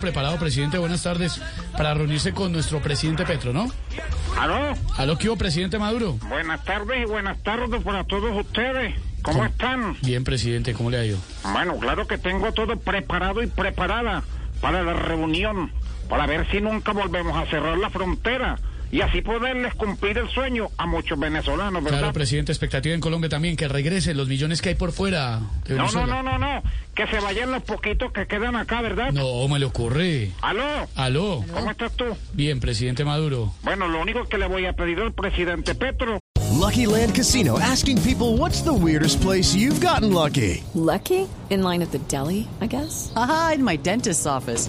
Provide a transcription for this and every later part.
Preparado, presidente, buenas tardes, para reunirse con nuestro presidente Petro, ¿no? Aló, ¿Aló, qué hubo, presidente Maduro? buenas tardes y buenas tardes para todos ustedes. ¿Cómo ¿Cómo? están? Bien, presidente, ¿cómo le ha ido? Bueno, claro que tengo todo preparado y preparada para la reunión, para ver si nunca volvemos a cerrar la frontera y así poderles cumplir el sueño a muchos venezolanos, Claro, ¿verdad? presidente, expectativa en Colombia también, que regresen los millones que hay por fuera de no, Venezuela. no, no, no, no, que se vayan los poquitos que quedan acá, ¿verdad? No, me le ocurre. Aló, ¿Aló? ¿cómo estás tú? Bien, presidente Maduro. Bueno, lo único que le voy a pedir al presidente Petro Lucky Land Casino asking people what's the weirdest place you've gotten lucky? Lucky? In line at the deli, I guess? Aha, in my dentist's office.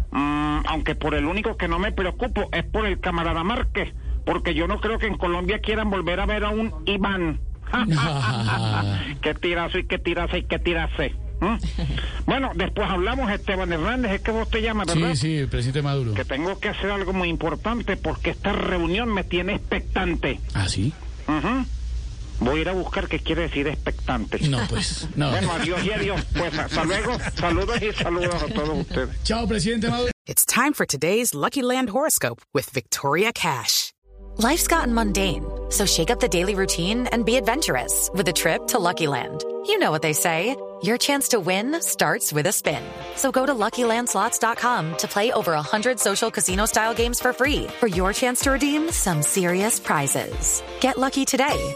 Mm, aunque por el único que no me preocupo es por el camarada Márquez, porque yo no creo que en Colombia quieran volver a ver a un Iván. que tirazo y que tirazo y que tirase. ¿Mm? Bueno, después hablamos, Esteban Hernández, es que vos te llamas, ¿verdad? Sí, sí, presidente Maduro. Que tengo que hacer algo muy importante porque esta reunión me tiene expectante. ¿Ah, sí? Ujú. Voy a ir a buscar qué quiere decir expectante. No, pues, no. Bueno, adiós y adiós. Pues hasta luego. Saludos y saludos a todos ustedes. Chao, presidente Maduro. It's time for today's Lucky Land horoscope with Victoria Cash. Life's gotten mundane, so shake up the daily routine and be adventurous with a trip to Lucky Land. You know what they say your chance to win starts with a spin. So go to luckylandslots.com to play over 100 social casino style games for free for your chance to redeem some serious prizes. Get lucky today